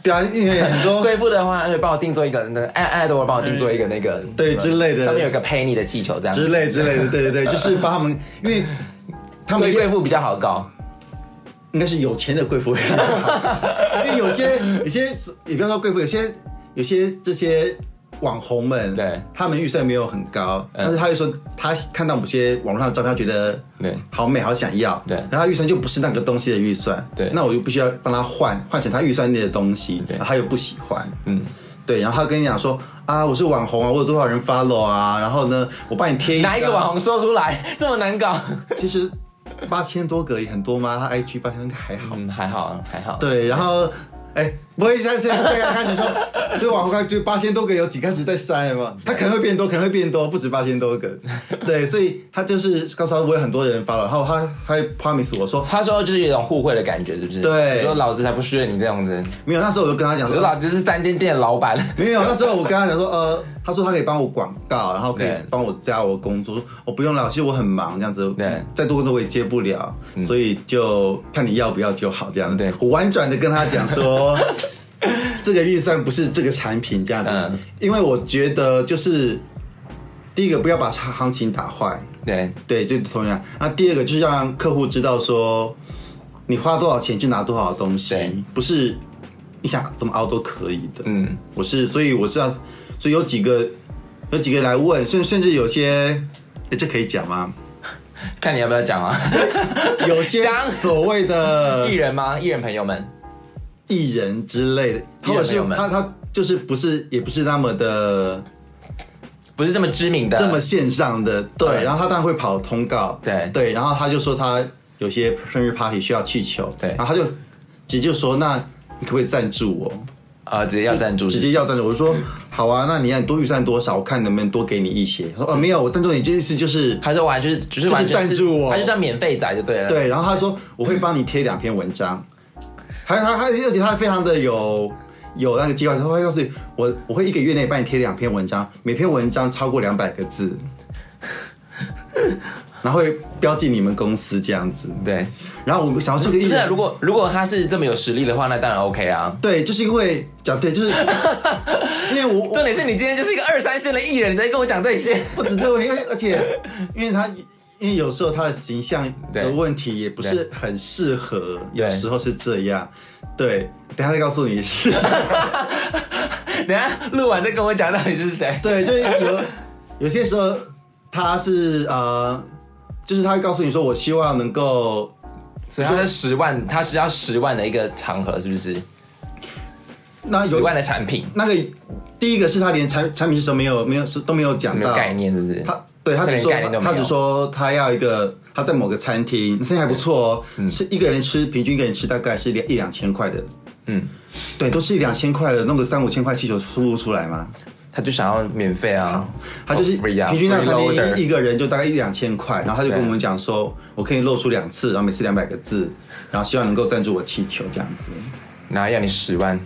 对啊，因为很多
贵妇的话，哎就帮我定做一个那个爱爱的，我帮我定做一个那个
对之类的
上面有一个 penny 的气球这样
[laughs] 之类之类的，对对对，就是把他们，因为他
所
们
以贵妇比较好搞。
应该是有钱的贵妇，因为有些有些也不要说贵妇，有些有些这些网红们，
对嗯
他们预算没有很高，但是他就说他看到某些网络上的照片，他觉得
对
好美，好想要，
对
然后他预算就不是那个东西的预算，
对
那我就必须要帮他换换成他预算内的东西，
对
然后他又不喜欢，
嗯，
对，然后他跟你讲说啊，我是网红啊，我有多少人 follow 啊，然后呢，我帮你贴一
哪一个
张
网红说出来这么难搞？
其实八千多个也很多吗？他 IG 八千应该还好。
嗯，还好还好。
对，然后哎，不会像现在现在开始说， [laughs] 所以往后看就八千多个有几开始在删了嘛，他可能会变多，可能会变多，不止八千多个。对，所以他就是告诉他我有很多人发了，然后他他还 promise 我说
他说就是有一种互惠的感觉，是不是？
对
你说老子才不屑你这样子，
没有，那时候我就跟他讲
我说
说。
老子是三间店的老板。 [laughs]
没有，那时候我跟他讲说，呃，他说他可以帮我广告，然后可以
对
帮我加我工作，我说我不用了，其实我很忙，这样子
对，嗯
再多工作我也接不了，所以就看你要不要就好，这样子。
对
我婉转的跟他讲
[laughs]
说，这个预算不是这个产品这样子，
嗯
因为我觉得就是第一个不要把行情打坏，
对
对，就同样。那第二个就是让客户知道说，你花多少钱就拿多少东西
对，
不是你想怎么熬都可以的。
嗯，
我是，所以我是要，所以有几个有几个来问，甚甚至有些，诶这可以讲吗？
看你要不要讲啊？
[laughs] 有些
讲
所谓的
艺人吗？艺人朋友们，
艺人之类的，或者
朋
是
友们
他他就是不是也不是那么的
不是这么知名的，
这么线上的，呃对，
对
然后他当然会跑通告，
对
对，然后他就说他有些生日 party 需要气球，
对
然后他就直接就说那你可不可以赞助我？
呃，直接要赞助，
直接要赞助，我就说好啊，那你要多预算多少，我看能不能多给你一些。他说哦没有，我赞助你这意思就是
他说完就是就是
就是
完全
赞助我
他就叫免费仔就对了。，
对，然后他说我会帮你贴两篇文章，还还还，而且他非常的有有那个计划，他会告诉你我我会一个月内帮你贴两篇文章，每篇文章超过两百个
[laughs]
字，然后会标记你们公司这样子。
对，
然后我想要这个意
不是、啊、
思，
如果如果他是这么有实力的话，那当然 OK 啊。
对，就是因为讲对，就是
[laughs]
因为我我
重点是你今天就是一个二三线的艺人，你在跟我讲这些， [laughs]
不止这个问题，而而且因为他因为有时候他的形象的问题也不是很适合，
对
有时候是这样。对，等一下再告诉
[laughs]
你是什么。
等一下录完再跟我讲到底是谁。
对，就是有有些时候他是呃，就是他会告诉你说，我希望能够
所以他是十万，他是要十万的一个场合，是不是？
那
十
有
万的产品，
那个第一个是他连产产品是什么没有没有是都没有讲
没有
到，
概念是不是？
他对他只
连
说
概念都没
他
有
只说他要一个他在某个餐厅，那还不错哦，吃一个人吃平均一个人吃大概是两一两千块的，
嗯，
对，都是一两千块的，弄个三五千块气球输不出来吗？
他就想要免费啊，
他就是
free 啊
平均那餐
free loader
厅一个人就大概一两千块，然后他就跟
对
我们讲说，我可以露出两次，然后每次两百个字，然后希望能够赞助我气球这样
[laughs]
子。
然后要你十万，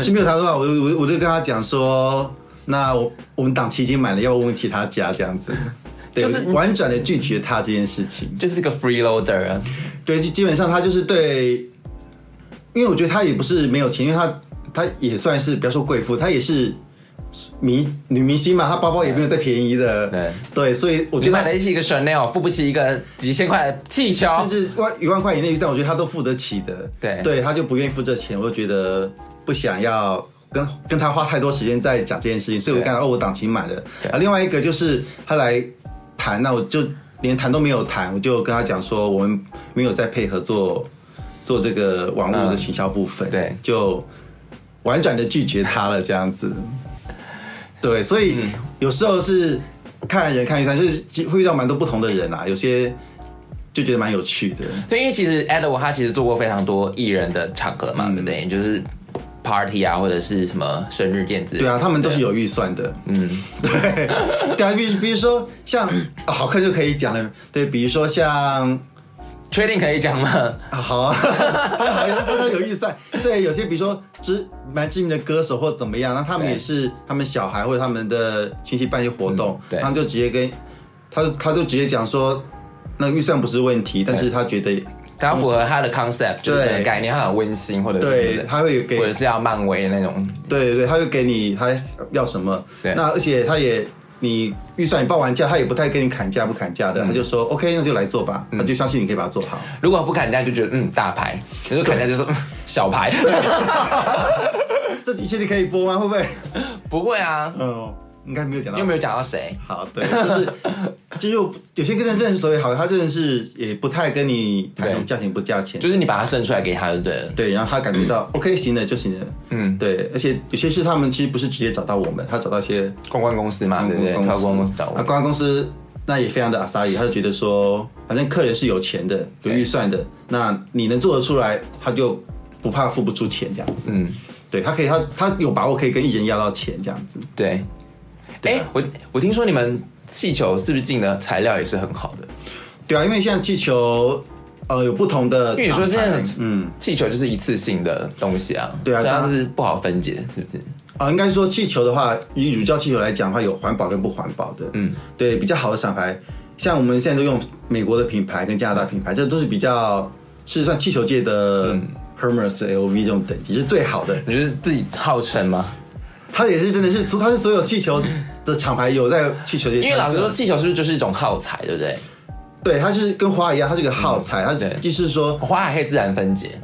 是没有他的话，我我我就跟他讲说，那我我们档期已经满了，要不要问其他家这
[laughs]
样子。对，
就是
我婉转的拒绝他这件事情。
就是个 freeloader 啊，
对，就基本上他就是对，因为我觉得他也不是没有钱，因为他他也算是不要说贵妇，他也是明女明星嘛，她包包也没有再便宜的。
对
对，所以我
你
觉
买得
得
起一个 Chanel，付不起一个几千块的气球，
他甚至万一万块以内预算，我觉得他都付得起的。
对
对，他就不愿意付这钱，我就觉得不想要。跟跟他花太多时间在讲这件事情，所以我就跟他哦，我档期满了。
对
啊，另外一个就是他来谈，那我就连谈都没有谈，我就跟他讲说，我们没有在配合做做这个网络的行销部分，
对
就婉转的拒绝他了，这样子。对，所以有时候是看人看预算，就是会遇到蛮多不同的人啊，有些就觉得蛮有趣的。
对，因为其实 Edward 他其实做过非常多艺人的场合
嗯
嘛，对不对？就是 party 啊，或者是什么生日宴之类的。
对啊，他们都是有预算的。嗯， [laughs] 对，对啊，比比如说像、啊好看就可以讲了，对，比如说像
确定可以讲
[laughs]
吗？
啊好啊，好像真的有预算。对，有些比如说知蛮知名的歌手或怎么样，那他们
对
也是他们小孩或者他们的亲戚办一些活动
嗯，对
他们就直接跟他他就直接讲说，那个预算不是问题，但是他觉得
他要符合他的 concept，就是这个概念，他很温馨，或者是什
对，
么的
他会给
或者是要漫威那种，
对对对，他就给你他要什么，
对
那而且他也你预算你报完价，他也不太跟你砍价不砍
嗯
价的，他就说 OK，那就来做吧，他就相信你可以把它做好。
如果不砍价就觉得嗯大牌，如果砍价就说嗯小牌，
这几期你可以播吗？会不会？
[laughs] 不会啊，
嗯，应该没有讲到
又。没有讲到谁，
好，对，就是就是有些跟人认识所谓好，他真的是也不太跟你
对
谈价钱不价钱，
就是你把它剩出来给他就对了。
对，然后他感觉到 OK 行了就行了，
嗯，
对，而且有些是他们其实不是直接找到我们，他找到一些
公关公司嘛，对不对？啊
公
跳公
公
关公
司
司找
那
我，
公关公司那也非常的阿萨里，他就觉得说，反正客人是有钱的，有
对
预算的，那你能做得出来，他就不怕付不出钱这样子。
嗯，
对他可以，他他有把握可以跟艺人要到钱这样子。
对。哎、我我听说你们气球是不是进的材料也是很好的？
对啊，因为像气球，呃，有不同的
因为你说
厂牌
真的是
嗯
气球就是一次性的东西啊，
对啊
所以它
当然
是不好分解，是不是？
啊、应该说气球的话，以乳胶气球来讲的话，有环保跟不环保的。
嗯，
对，比较好的厂牌，像我们现在都用美国的品牌跟加拿大品牌，这都是比较是算气球界的
嗯
Hermes、LV 这种等级是最好的。
你就是自己号称吗？
它也是真的是，它是所有气球的厂牌有在气球界，
因为老实说，，气球是不是就是一种耗材，对不对？
对，它就是跟花一样，它是个耗材，它
嗯对
就是说，
花还可以自然分解，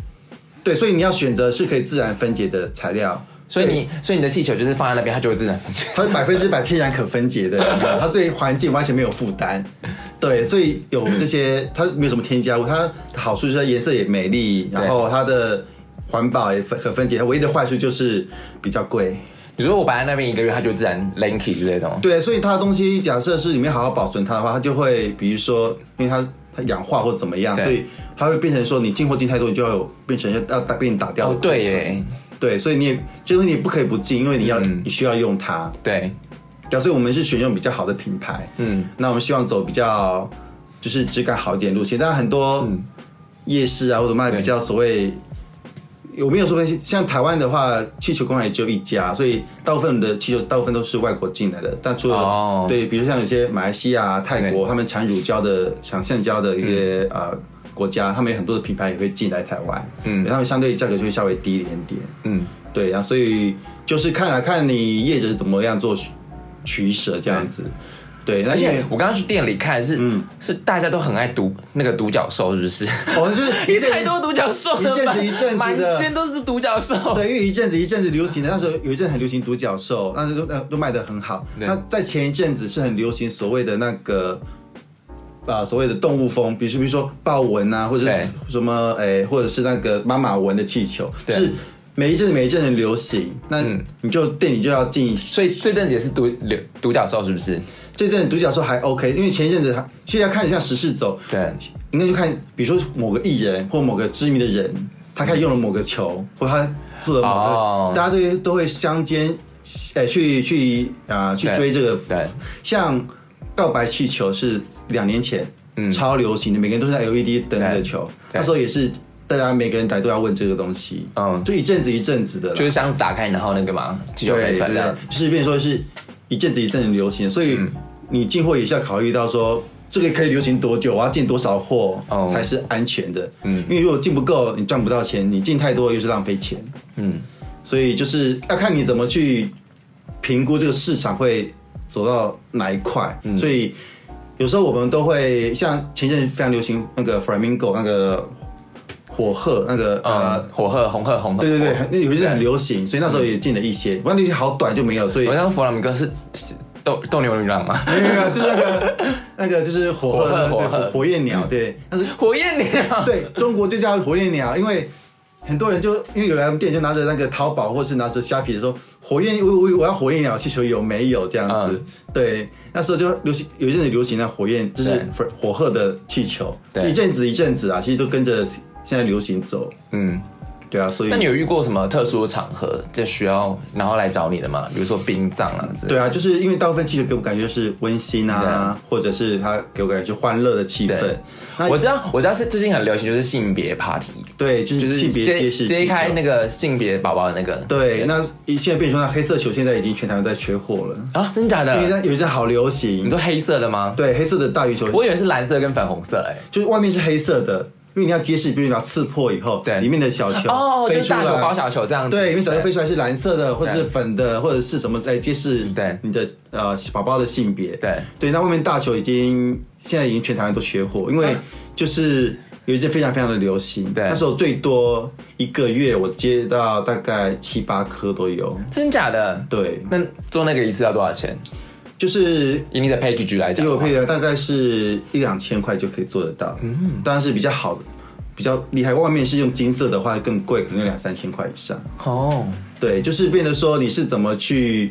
对，所以你要选择是可以自然分解的材料。
所以你所以你的气球就是放在那边，它就会自然分解。
它是百分之百天然可分解的，你知道它对环境完全没有负担。对，所以有这些，它没有什么添加物，它的好处是它颜色也美丽，然后它的环保也分可分解。它唯一的坏处就是比较贵。
你说我摆在那边一个月，它就自然 lanky 之类的吗？
对，所以它的东西假设是你没有好好保存它的话，它就会比如说，因为它它氧化或怎么样，
对
所以它会变成说你进货进太多，你就要有变成要要打被你打掉的
哦
库，存。
对耶，嗯
对，所以你也就是你也不可以不进，因为你要、你需要用它。
对，
对啊，所以我们是选用比较好的品牌，
嗯，
那我们希望走比较就是质感好一点的路线，但很多
嗯
夜市啊或者卖比较所谓。有没有说像台湾的话，气球工厂也只有一家，所以大部分的气球大部分都是外国进来的。但除了、
哦嗯
对，比如像有些马来西亚、泰国，他们产乳胶的、产橡胶的一些、呃国家，他们有很多的品牌也会进来台湾，嗯，他们相对价格就会稍微低一点点。
嗯，
对然后所以就是看来看你业者怎么样做取取舍这样子。对，嗯那
嗯而
因为
且我刚刚去店里看是，是大家都很爱独那个独角兽，是不是？
我们哦就是
也 [laughs]
一阵
太多独角兽了吧，
一阵子一阵子的
满街都是独角兽。
对，因为一阵子一阵子流行的，那时候有一阵很流行独角兽，那时候都呃都卖的很好。
对
那在前一阵子是很流行所谓的那个。啊，所谓的动物风，比如说比如说豹纹啊，或者
对
是什么诶、哎或者是那个妈妈纹的气球，
对
是每一阵每一阵的流行，那
嗯
你就店里就要进。
所以这阵子也是独流独角兽，是不是？
这阵独角兽还 OK，因为前一阵子还其实要看一下时事走，
对，
应该就看，比如说某个艺人或某个知名的人，他开始用了某个球，或他做了某个，
哦
大家都会都会相间，呃，去去啊、去
对
追这个。
对，
像告白气球是两年前，
嗯
超流行的，每个人都是在 LED 灯的球，
对
那时候也是大家每个人来都要问这个东西，
嗯
就一阵子一阵子的啦，
就是箱子打开，然后那个嘛，气球飞
对
出来
对
这
对
样子。，嗯
就是变成说是一阵子一阵子流行，所以你进货也是要考虑到说。这个可以流行多久？我要进多少货
哦
才是安全的？
嗯
嗯，因为如果进不够，你赚不到钱；你进太多又是浪费钱。
嗯，
所以就是要看你怎么去评估这个市场会走到哪一块。
嗯
所以有时候我们都会像前阵非常流行那个 flamingo 那个火鹤那个、
呃
呃，，
火鹤、红鹤、红鹤。
对对对，那有一阵很
哦对哦
流行，所以那时候也进了一些，不过那些好短就没有，所以
我当时弗朗明哥是是斗斗牛女郎嘛，
[laughs] 没有没有没有，就是那个那个就是火
火鹤
鹤
火
对
鹤
火火焰鸟对，但是
火焰鸟。
对中国就叫火焰鸟，因为很多人就因为有来我们店就拿着那个淘宝或是拿着虾皮说火焰我我我要火焰鸟气球有没有这样子？对，那时候就流行有一阵子流行那火焰就是火火鹤的气球，
对
就一阵子一阵子啊，其实都跟着现在流行走，
嗯，
对啊，所以
那你有遇过什么特殊的场合，就需要然后来找你的吗？比如说殡葬啊之类的。
对啊，就是因为大部分气球给我感觉就是温馨
对
啊
啊，
或者是它给我感觉就欢乐的气氛
对。
那
我知道，我知道是最近很流行，就是性别 party，
对，就
就是是
性别揭
揭
示
揭开那
个。
个性别宝宝的那个
对，那现在变成说，那黑色球现在已经全台湾在缺货了，
啊，真假
因为
的？
它有一阵好流
你
行。
说黑色的吗？
对，黑色的大鱼球，
嗯我以为是蓝色跟粉红色哎、
就是外面是黑色的，因为你要揭示，比如你要刺破以后，
对
里面的小球
哦，就
飞
是
出
大球包
来。
小球这样子。
对，因为小球飞出来是蓝色的，或者是
对
粉的，或者是什么来揭示
对
你的呃宝宝的性别。
对
对，那外面大球已经现在已经全台湾都缺货，因为就是有一阵非常非常的流行。
对
那时候最多一个月我接到大概七八颗都有。
真假的？
对，
那做那个一次要多少钱？
就是
以你的 package 来讲
以
的
我
话，
配的大概是一两千块就可以做得到，嗯，当然是比较好的。比较厉害，外面是用金色的话更贵，可能有两三千块以上。
哦，
对，就是变得说你是怎么去，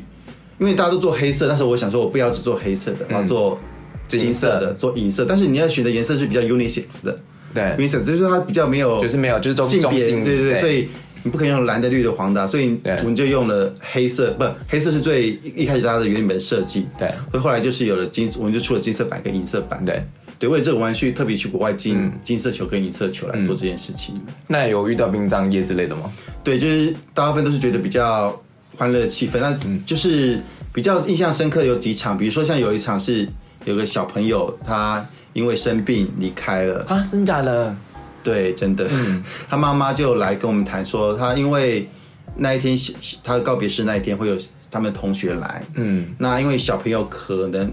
因为大家都做黑色，但是我想说我不要只做黑色的，我要做
嗯金色
金色的，做银色，但是你要选的颜色是比较 unisex 的
对，
，unisex 就是它比较没有
就是没有，就是中
性
中
别，
性，
对对对，所
以
以你不可以用蓝的、绿的、黄的啊、所以
对
我们就用了黑色，不，黑色是最一一开始大家的原本设计，
对
所以后来就是有了金，我们就出了金色版跟银色版，
对。嗯
对，为了这个我们还去特别去国外进金色球跟银色球来做这件事情，
那有遇到殡葬业之类的吗？
对，就是大部分都是觉得比较欢乐的气氛，那
嗯
就是比较印象深刻有几场，比如说像有一场是有个小朋友他因为生病离开了。
啊，真假的？
对，真的，
嗯
[laughs] 他妈妈就来跟我们谈说，他因为那一天他告别式那一天会有他们同学来，
嗯，
那因为小朋友可能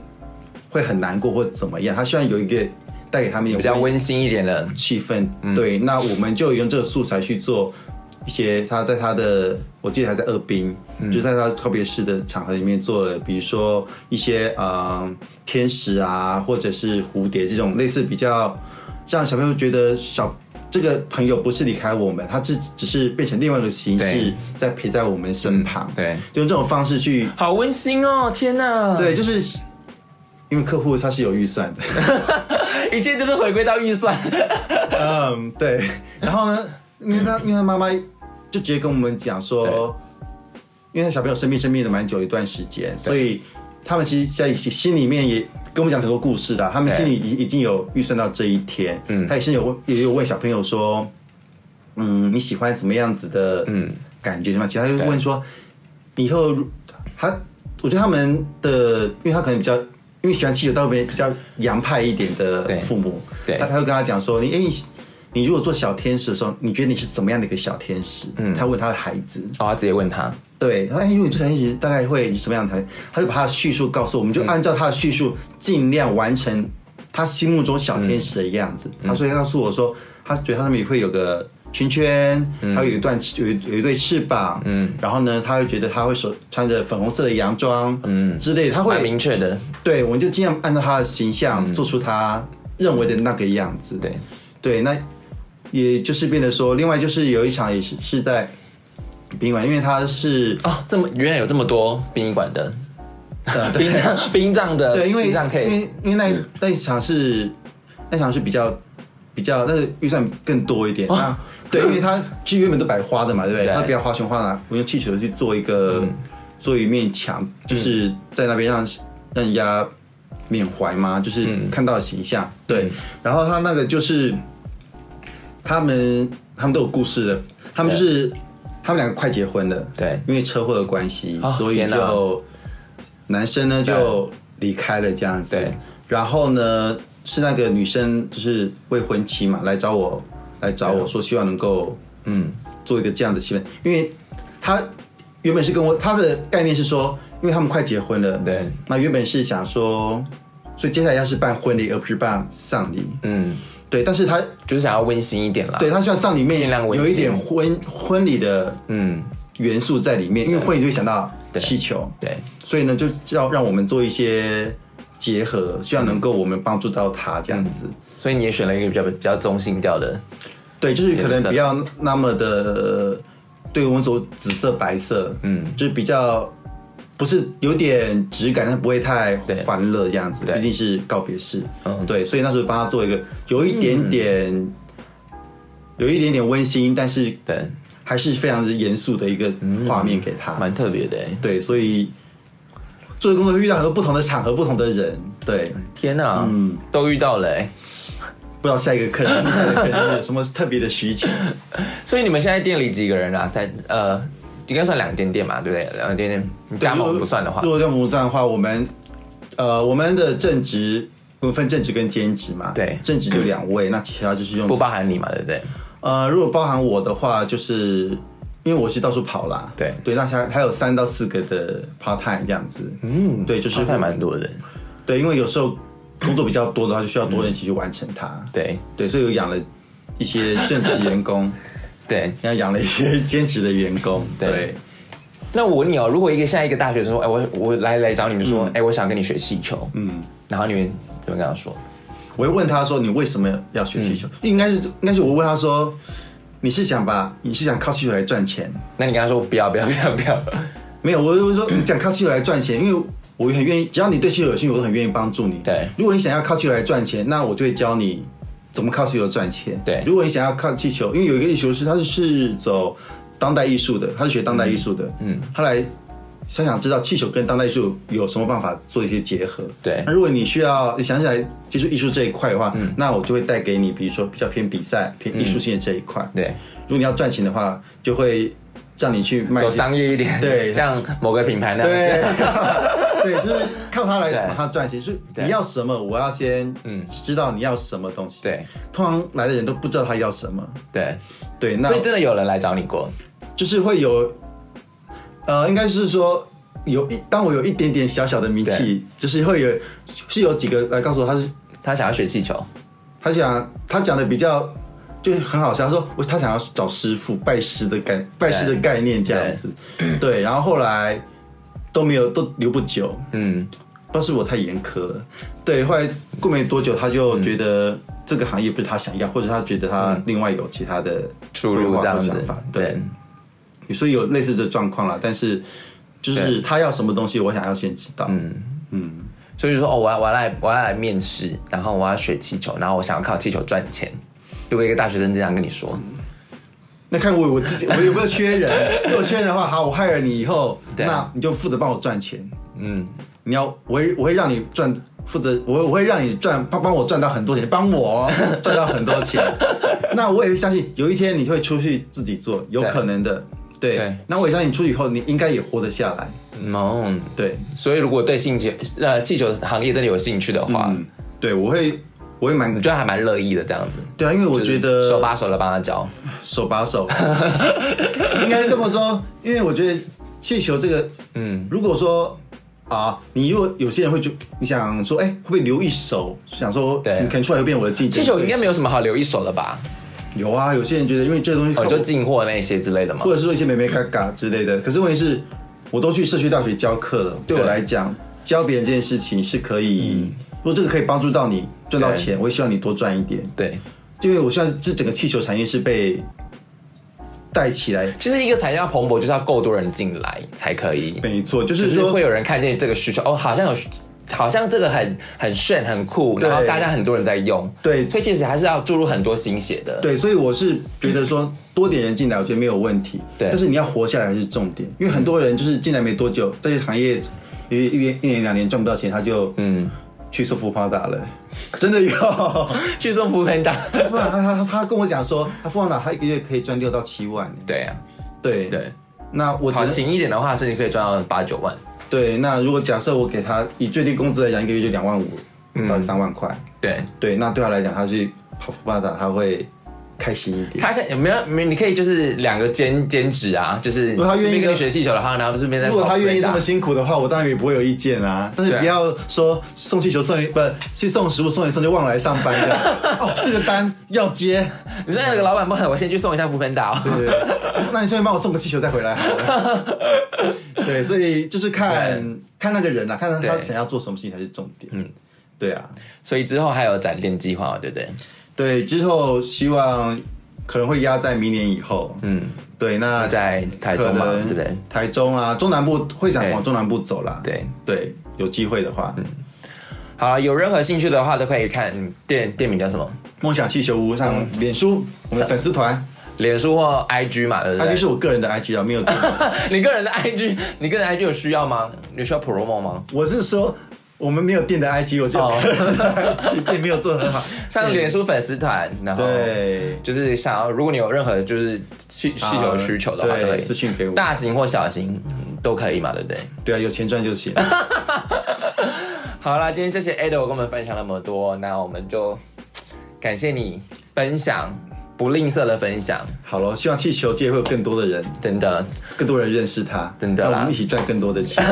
会很难过或怎么样，他希望有一个带给他们有
比较温馨一点的，
气氛。
嗯
对，那我们就用这个素材去做一些他在他的，我记得还在二兵，
嗯
就是在他告别式的场合里面做了，比如说一些呃天使啊，或者是蝴蝶这种类似比较让小朋友觉得小。这个朋友不是离开我们，他只只是变成另外一个形
对嗯
式，在陪在我们身旁，
对，
就用这种方式去
好温馨哦！天哪，，
对，就是因为客户他是有预算的，
一切都是回归到预算。 [laughs]
嗯，对。然后呢，因为他因为他妈妈就直接跟我们讲说，因为他小朋友生病生病了蛮久一段时间，所以他们其实在心里面也。跟我们讲很多故事的啊，他们
对
心里已已经有预算到这一天，嗯，他也是有问也有问小朋友说，嗯，你喜欢什么样子的
嗯
感觉什么？其实他
对
就问说，以后如他，我觉得他们的，因为他可能比较，因为喜欢气球，到边比较洋派一点的
对
父母，
对
他他会跟他讲说，你哎、你你如果做小天使的时候，你觉得你是怎么样的一个小天使？嗯，他问他的孩子，
哦，他直接问他，
对，他说哎、如果你做小天使，大概会什么样的孩子？他就把他的叙述告诉我们，就按照他的叙述，尽量完成他心目中小天使的样子。他所以他告诉我说，他觉得他上面会有个圈圈，他会有一段有一有一对翅膀，嗯，然后呢，他会觉得他会手穿着粉红色的洋装，嗯之类的，他会
蛮明确的，
对，我们就尽量按照他的形象做出他认为的那个样子。
对，
对，那也就是变得说，另外就是有一场也是是在殡仪馆，因为它是
哦，这么原来有这么多殡仪馆的
呃对
殡葬殡葬的
对，因为
殡
因
葬 case，
为因为那那一场是那一场是比较比较那个预算更多一点啊。那对，因为它其实原本都摆花的嘛，对不对？
对
它比较花钱花拿，我用气球去做一个、做一面墙，就是在那边让让人家缅怀嘛，就是看到形象。对，然后他那个就是他们他们都有故事的，他们就是他们两个快结婚了，
对，
因为车祸的关系，
哦
所以
天哪
就男生呢
对
就离开了这样子。
对，
然后呢是那个女生就是未婚妻嘛，来找我来找我说希望能够
嗯，
做一个这样的气氛，因为她原本是跟我她的概念是说，因为他们快结婚了，
对，
那原本是想说，所以接下来要是办婚礼而不是办丧礼，
嗯，
对，但是她
就是想要温馨一点啦，
对她希望丧礼里
啊尽
面
量温馨
有一点婚婚礼的
嗯，
元素在里面，因为婚礼就会想到气球，
对，
所以呢，就要让我们做一些结合，希望能够我们帮助到他这样子。
所以你也选了一个比较比较中性调的，
对，就是可能
颜色
不要那么的，对我们走紫色、白色，
嗯，
就是比较不是有点质感，但不会太
对
欢乐这样子，
对
毕竟是告别式，
嗯
对，所以那时候帮他做一个有一点点，有一点点温馨，但是
对，
还是非常严肃的一个画面给他，
嗯蛮特别的欸。
对，所以做的工作会遇到很多不同的场合、不同的人，对。
天哪、
嗯
都遇到了欸。
不知道下一个客人下一个客人有什么特别的
[laughs]
需求。
所以你们现在店里几个人啊？三呃，应该算两间店嘛，对不对？两间店，你加盟不算的话
如，果加盟不算的话，我们呃我们的正职，我们分正职跟兼职嘛。
对
正职就两位，那其他就是
不
用
包含你嘛，对不对？
呃，如果包含我的话，就是因为我是到处跑啦。
对
对，那还还有三到四个的 part time 这样子。
嗯，
对就是
还蛮多的。
对，因为有时候工作比较多的话，就需要多人一起去完成它。
对
对，所以我养了一些正职员工， [laughs]
对，
然后养了一些兼职的员工。
对
对
那我问你哦，如果一个下一个大学生说，哎、我我来来找你们
嗯
说，哎、我想跟你学气球，嗯，然后你们怎么跟他说？
我会问他说：“你为什么要学气球？”应该是，应该是我问他说：“你是想把你是想靠气球来赚钱
那你跟他说不要不要不要不
[laughs]
要，？”
没有，我就说你想靠气球来赚钱，因为我很愿意，只要你对气球有兴趣，我都很愿意帮助你。
对
如果你想要靠气球来赚钱，那我就会教你怎么靠气球赚钱。
对
如果你想要靠气球，因为有一个艺术师，他是是走当代艺术的，他是学当代艺术的，嗯，他来。想想知道气球跟当代艺术有什么办法做一些结合？
对
那如果你需要你想起来接触艺术这一块的话，那我就会带给你，比如说比较偏比赛、偏艺术性的这一块。
对，
如果你要赚钱的话，就会让你去卖
走商业一点，
对
像某个品牌那样，
对，
[laughs]
对，就是靠它来
对
把它赚钱。就是
对嗯
你要什么，我要先知道你要什么东西。，
对
通常来的人都不知道他要什么。
对
对，那
所以真的有人来找你过，
就是会有，呃，应该是说有一，当我有一点点小小的名气，就是会有是有几个来告诉我他是
他想要学气球，
他想他讲的比较。就是很好笑，他说我他想要找师傅拜师的概拜师的概念这样子，对，然后后来都没有都留不久，
嗯，
不知道是不是我太严苛了。对，后来过没多久，他就觉得这个行业不是他想要，或者他觉得他另外有其他的
出入这样
规划
子
或啊想法。对，所以有类似的状况啦。但是就是他要什么东西，我想要先知道。嗯嗯，
所以就说哦，我要我要来我要来面试，然后我要学气球，然后我想要靠气球赚钱。如果一个大学生这样跟你说，
那看我我自己我 [laughs] 有没有
[laughs]
缺人？如果缺人的话，好，我害了你以后，
对
那你就负责帮我赚钱。
嗯，
你要我会我会让你赚。负责我会我会让你赚帮帮我赚到很多钱，帮我
[laughs]
哦赚到很多钱。那我也相信有一天你会出去自己做，有
对
可能的。对，
对
那我也相信你出去以后你应该也活得下来。
哦，
对，
所以如果对兴趣呃气球行业真的有兴趣的话，
嗯，对，我会我会蛮
我觉得还蛮乐意的这样子。
对啊，因为我觉
就是手
得
把手的帮他教，
手
[laughs]
把手，应该是这么说，因为我觉得气球这个，
嗯，
如果说啊，你如果有些人会就你想说，哎、会不会留一手？想说
对
你可能出来会变我的竞争
气
对
球
手。
应该没有什么好留一手的吧？
有啊，有些人觉得因为这个东西
哦，
靠
就进货那些之类的嘛
或。者是说一些美美嘎嘎之类的。可是问题是，我都去社区大学教课了，对我
对嗯
来讲，教别人这件事情是可以，如果这个可以帮助到你赚到
对
钱，我也希望你多赚一点，
对，
因为我希望这整个气球产业是被带起来。
其实一个产业要蓬勃，就是要够多人进来才可以，
没错，
就
就
是是
说
会有人看见这个需求，哦，好像有，好像这个很很炫很酷，
对
然后大家很多人在用，
对
所以其实还是要注入很多心血的。
对，所以我是觉得说多点人进来，我觉得没有问题。
对
但是你要活下来才是重点，因为很多人就是进来没多
嗯
久，在这个行业一一年一年两年赚不到钱，他就嗯去做富邦打了， [laughs]
[laughs]
真的有。
去送扶贫打，
富邦达他他他跟我讲说，他富邦达他一个月可以赚六到七万。
[laughs] 对啊，
对，
对，
那我觉
好
得
勤一点的话，甚至可以赚到八九万。
对，那如果假设我给他以最低工资来讲，一个月就两万五
嗯
到三万块。
对，
对，那对他来讲，他去跑富邦达他会开心一点。
他可没有没有，你可以就是两个兼兼职啊，就是如
果他愿意
跟
的
你学气球的话，然后顺便再
如果他愿意这么
跑
辛苦的话，我当然也不会有意见啊。但是
对啊
不要说送气球送一不去送食物送一送就忘了来上班
[laughs]
的。哦，这个单要接，
freestyle 你说那个老板不狠，我先去送一下扶贫打、
对
哦。
对对那你顺便帮我送个气球再回来好了。
[laughs]
对，所以就是看看那个人啦，啊看他
对
想要做什么事情才是重点。嗯，对啊，
[laughs] 所以之后还有展店计划嘛，对不对？
对，之后希望可能会压在明年以后。
嗯，
对，那
在台中嘛
可，能
对不对？
台中啊，中南部会想往
对
中南部走啦。
对，嗯
对，有机会的话，
好啦有任何兴趣的话，都可以看嗯店店名叫什么，
梦想气球屋上脸书，我们的粉丝团
脸书或 IG 嘛，对不
，IG
对？
是我个人的 IG 啊，没有。
[laughs] 你个人的 IG，你个人的 IG 有需要吗？有需要 promo 吗？
我是说我们没有店的 IG，我就 [laughs]
哦
店没有做得
[laughs]
很好。
像脸书粉丝团，然后
对，
就是想要，如果你有任何就是需需求
啊
哦需求的话，
对
都可以
私讯给我
大型或小型、嗯都可以嘛，对不对？
对啊，有钱赚就
[laughs]
行。
好啦，今天谢谢 Ado 跟我们分享那么多，那我们就感谢你分享，不吝啬的分享，
好了，希望气球界会有更多的人，
真的
更多人认识他，
真的啦
让我们一起赚更多的
[laughs]
钱。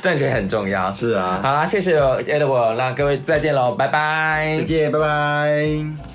赚钱很重要。
是啊，
好啦，谢谢 Ado，那各位再见喽，拜拜
再见，拜拜。